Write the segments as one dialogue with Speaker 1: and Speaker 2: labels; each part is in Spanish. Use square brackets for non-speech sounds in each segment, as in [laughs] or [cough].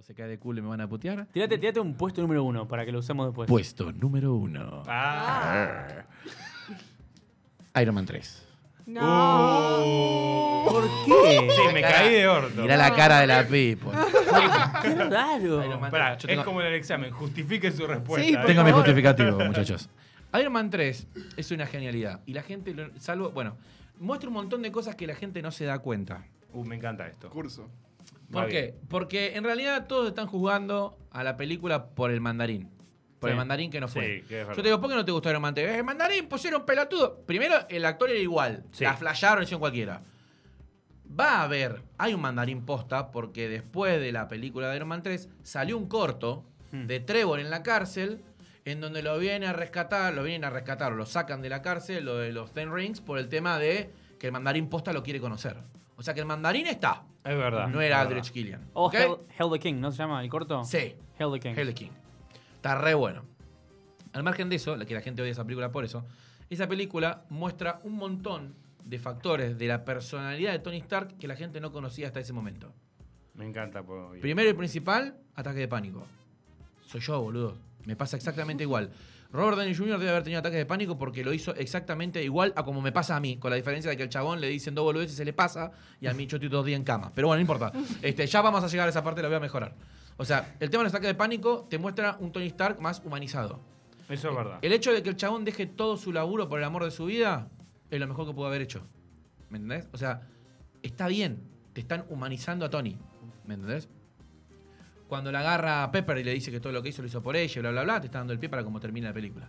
Speaker 1: se cae de culo y me van a putear.
Speaker 2: Tírate, tírate un puesto número uno para que lo usemos después.
Speaker 1: Puesto número uno. Ah, Iron Man 3.
Speaker 3: No.
Speaker 2: ¿Por qué?
Speaker 4: Sí, me
Speaker 1: cara-
Speaker 4: caí de orto.
Speaker 1: Mirá uh. la cara de la
Speaker 4: [laughs]
Speaker 1: pipa. ¡Oh!
Speaker 2: Qué raro. Oh,
Speaker 4: Pará,
Speaker 1: Yo
Speaker 4: es
Speaker 1: tengo-
Speaker 4: como en el examen, justifique su respuesta.
Speaker 3: Sí,
Speaker 4: ¿eh?
Speaker 3: por
Speaker 1: Tengo mi
Speaker 3: favor.
Speaker 1: justificativo, muchachos. Iron Man 3 es una genialidad. Y la gente, lo- salvo. Bueno, muestra un montón de cosas que la gente no se da cuenta.
Speaker 4: Uh, me encanta esto.
Speaker 5: Curso.
Speaker 4: Va
Speaker 1: ¿Por
Speaker 4: bien.
Speaker 1: qué? Porque en realidad todos están juzgando a la película por el mandarín. Por
Speaker 4: Sí.
Speaker 1: el mandarín que no
Speaker 4: Sí,
Speaker 1: fue.
Speaker 4: que es
Speaker 1: Yo
Speaker 4: verdad.
Speaker 1: te digo, ¿por qué no te gustó Iron Man 3? El mandarín pusieron pelotudo. Primero, el actor era igual.
Speaker 4: Sí.
Speaker 1: La flasharon, hicieron cualquiera. Va a haber, hay un mandarín posta, porque después de la película de Iron Man 3 salió un corto
Speaker 4: Hmm.
Speaker 1: de Trevor en la cárcel, en donde lo vienen a rescatar, lo vienen a rescatar, lo sacan de la cárcel, lo de los Ten Rings, por el tema de que el mandarín posta lo quiere conocer. O sea que el mandarín está.
Speaker 4: Es verdad.
Speaker 1: No era
Speaker 4: Ah, es verdad.
Speaker 1: Aldrich Killian.
Speaker 2: Oh,
Speaker 1: ¿ok?
Speaker 2: Hell, Hell the King, ¿no se llama el corto?
Speaker 1: Sí,
Speaker 2: Hell the King.
Speaker 1: Hell King. Está re bueno. Al margen de eso, que la gente odia esa película por eso, esa película muestra un montón de factores de la personalidad de Tony Stark que la gente no conocía hasta ese momento.
Speaker 4: Me encanta. Por...
Speaker 1: Primero y principal, ataque de pánico. Soy yo, boludo. Me pasa exactamente igual. Robert Downey Jr. debe haber tenido ataques de pánico porque lo hizo exactamente igual a como me pasa a mí, con la diferencia de que al chabón le dicen dos boludeces y se le pasa, y a mí yo estoy dos días en cama. Pero bueno, no importa. Este, ya vamos a llegar a esa parte, la voy a mejorar. O sea, el tema del ataque de pánico te muestra un Tony Stark más humanizado.
Speaker 4: Eso es verdad.
Speaker 1: El hecho de que el chabón deje todo su laburo por el amor de su vida es lo mejor que pudo haber hecho. ¿Me entendés? O sea, está bien. Te están humanizando a Tony. ¿Me entendés? Cuando la agarra a Pepper y le dice que todo lo que hizo lo hizo por ella, bla, bla, bla, te está dando el pie para cómo termina la película.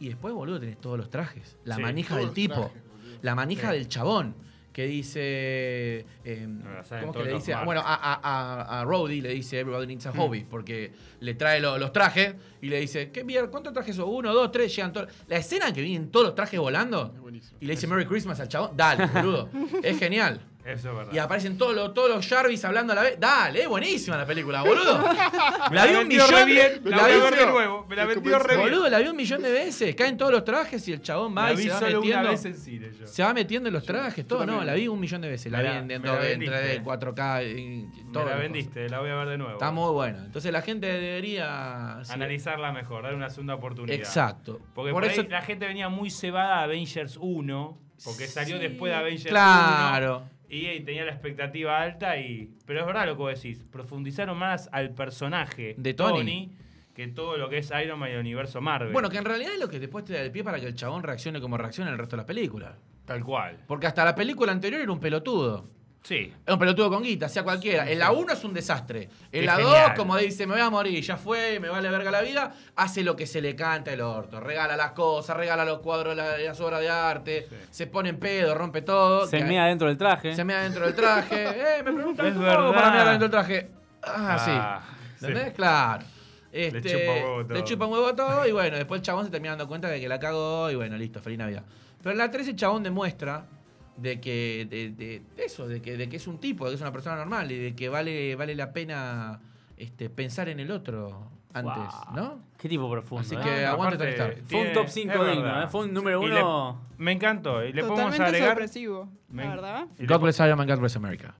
Speaker 1: Y después, boludo, tenés todos los trajes. La
Speaker 4: Sí,
Speaker 1: manija
Speaker 5: todos
Speaker 1: del
Speaker 5: los
Speaker 1: tipo.
Speaker 5: trajes, boludo.
Speaker 1: la manija
Speaker 4: Sí.
Speaker 1: del chabón. Que dice. eh,
Speaker 4: la
Speaker 1: ¿Cómo
Speaker 4: saben
Speaker 1: es que
Speaker 4: todos
Speaker 1: le
Speaker 4: los
Speaker 1: dice?
Speaker 4: marcos.
Speaker 1: Bueno, a, a, a, a Rhodey le dice Everybody needs a hobby,
Speaker 4: Mm.
Speaker 1: porque le trae lo- los trajes y le dice, ¿qué mierda? ¿Cuántos trajes son? Uno, dos, tres, llegan todos. La escena en que vienen todos los trajes volando
Speaker 5: Es buenísimo.
Speaker 1: y le dice Merry Christmas al chabón, dale, boludo. es genial.
Speaker 4: Eso es verdad.
Speaker 1: Y aparecen todos los, todos los Jarvis hablando a la vez. Dale, es buenísima la película, boludo.
Speaker 4: [laughs]
Speaker 1: la vi un
Speaker 4: vendió
Speaker 1: millón.
Speaker 4: re bien, la
Speaker 1: la
Speaker 4: voy a
Speaker 1: vi-
Speaker 4: ver de nuevo. Me la
Speaker 5: Me
Speaker 4: vendió re
Speaker 5: convenció.
Speaker 4: bien.
Speaker 1: boludo, la vi un millón de veces. Caen todos los trajes y el chabón va
Speaker 4: La
Speaker 1: y
Speaker 4: vi
Speaker 1: se va
Speaker 4: solo una
Speaker 1: metiendo.
Speaker 4: vez en cine yo.
Speaker 1: Se va metiendo en los trajes, todo, no,
Speaker 5: también.
Speaker 1: la vi un millón de veces. La
Speaker 4: Me
Speaker 1: vi
Speaker 4: la-
Speaker 1: en, en
Speaker 4: me la
Speaker 1: dos- en
Speaker 4: vendiste.
Speaker 1: 3D, 4K, en,
Speaker 4: Me
Speaker 1: todo.
Speaker 4: la vendiste, la voy a ver de nuevo.
Speaker 1: Está muy buena. Entonces la gente debería. sí,
Speaker 4: Analizarla mejor, dar una segunda oportunidad.
Speaker 1: Exacto.
Speaker 4: Porque por,
Speaker 1: Por eso-
Speaker 4: ahí la gente venía muy cebada a Avengers 1, porque salió
Speaker 3: Sí.
Speaker 4: después de Avengers 1.
Speaker 1: Claro.
Speaker 4: Y, y tenía la expectativa alta y... Pero es verdad lo que vos decís. Profundizaron más al personaje
Speaker 1: De Tony.
Speaker 4: que todo lo que es Iron Man y el universo Marvel.
Speaker 1: Bueno, que en realidad es lo que después te da el pie para que el chabón reaccione como reacciona en el resto de las películas.
Speaker 4: Tal cual.
Speaker 1: Porque hasta la película anterior era un pelotudo.
Speaker 4: Sí.
Speaker 1: Era un pelotudo con guita, sea cualquiera. En la 1 es un desastre. En
Speaker 4: Qué
Speaker 1: la 2,
Speaker 4: genial.
Speaker 1: como dice, me voy a morir, ya fue, me vale verga la vida, hace lo que se le canta el orto. Regala las cosas, regala los cuadros, la- las obras de arte,
Speaker 4: Sí.
Speaker 1: se pone en pedo, rompe todo.
Speaker 2: Se
Speaker 1: que-
Speaker 2: mea dentro del traje.
Speaker 1: se mea dentro del traje. eh, me preguntan
Speaker 4: Es
Speaker 1: cómo hago para
Speaker 4: verdad.
Speaker 1: mear dentro del traje. Ah, sí.
Speaker 4: Ah,
Speaker 1: ¿Entendés?
Speaker 4: sí.
Speaker 1: Claro. Este,
Speaker 4: chupa huevo todo.
Speaker 1: le chupa un huevo todo y bueno, después el chabón se termina dando cuenta de que la cagó y bueno, listo, feliz Navidad. Pero en la 13 el chabón demuestra de que de, de- de eso, de que, de que es un tipo, de que es una persona normal y de que vale, vale la pena este, pensar en el otro antes,
Speaker 2: Wow.
Speaker 1: ¿no?
Speaker 2: Qué tipo profundo.
Speaker 1: Así
Speaker 2: ¿eh?
Speaker 1: que- aguante Tony Stark.
Speaker 2: Fue un
Speaker 4: tiene-
Speaker 2: top 5
Speaker 4: es
Speaker 2: digno,
Speaker 4: verdad.
Speaker 2: ¿eh? Fue un número
Speaker 4: Y
Speaker 2: 1.
Speaker 4: le- me encantó. Y le podemos
Speaker 3: Totalmente
Speaker 4: agregar...
Speaker 3: sorpresivo,
Speaker 4: me-
Speaker 3: la verdad.
Speaker 4: y le
Speaker 1: God
Speaker 4: po-
Speaker 1: bless Iron Man, God bless America.